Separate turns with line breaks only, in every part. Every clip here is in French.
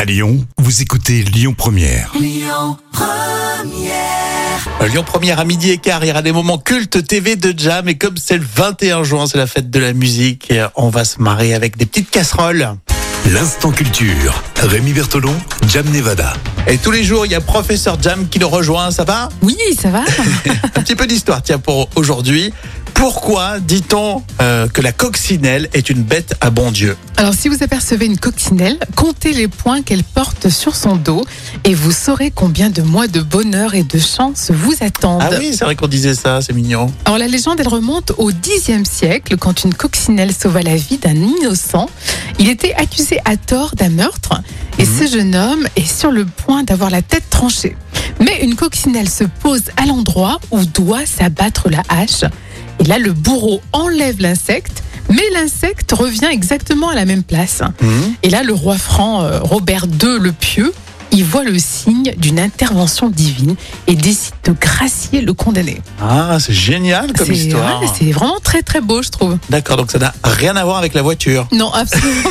À Lyon, vous écoutez Lyon Première.
Euh, Lyon Première à midi et quart, il y aura des moments cultes TV de Jam et comme c'est le 21 juin, c'est la fête de la musique, et euh, on va se marrer avec des petites casseroles.
L'instant culture. Rémi Bertolon, Jam Nevada.
Et tous les jours, il y a professeur Jam qui nous rejoint, ça va
Oui, ça va
Un petit peu d'histoire, tiens, pour aujourd'hui. Pourquoi dit-on euh, que la coccinelle est une bête à bon Dieu
Alors si vous apercevez une coccinelle, comptez les points qu'elle porte sur son dos et vous saurez combien de mois de bonheur et de chance vous attendent.
Ah oui, c'est vrai qu'on disait ça, c'est mignon.
Alors la légende, elle remonte au Xe siècle quand une coccinelle sauva la vie d'un innocent. Il était accusé à tort d'un meurtre et ce jeune homme est sur le point d'avoir la tête tranchée. Mais une coccinelle se pose à l'endroit où doit s'abattre la hache et là le bourreau enlève l'insecte. Mais l'insecte revient exactement à la même place. Et là, le roi franc euh, Robert II le Pieux, il voit le signe d'une intervention divine et décide de gracier le condamné.
Ah, c'est génial comme
C'est-
histoire.
ouais, c'est vraiment très très beau, je trouve.
D'accord, donc ça n'a rien à voir avec la voiture.
Non, absolument.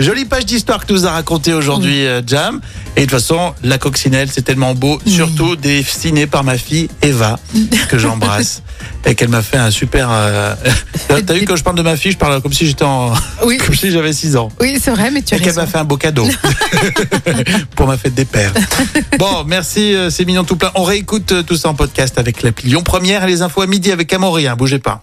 Jolie page d'histoire que tu nous a raconté aujourd'hui euh, Jam. Et de toute façon, la coccinelle, c'est tellement beau,
Oui.
surtout dessiné par ma fille Eva, que j'embrasse. Et qu'elle m'a fait un super. euh, T'as t'as vu quand je parle de ma fille, je parle comme si j'étais en...
oui,
comme si j'avais 6 ans.
oui c'est vrai, mais tu
Et
as
qu'elle
raison.
m'a fait un beau cadeau pour ma fête des pères. Bon, merci, euh, c'est mignon tout plein. On réécoute euh, tout ça en podcast avec la Lyon Première et les infos à midi avec Amaury. Hein, bougez pas.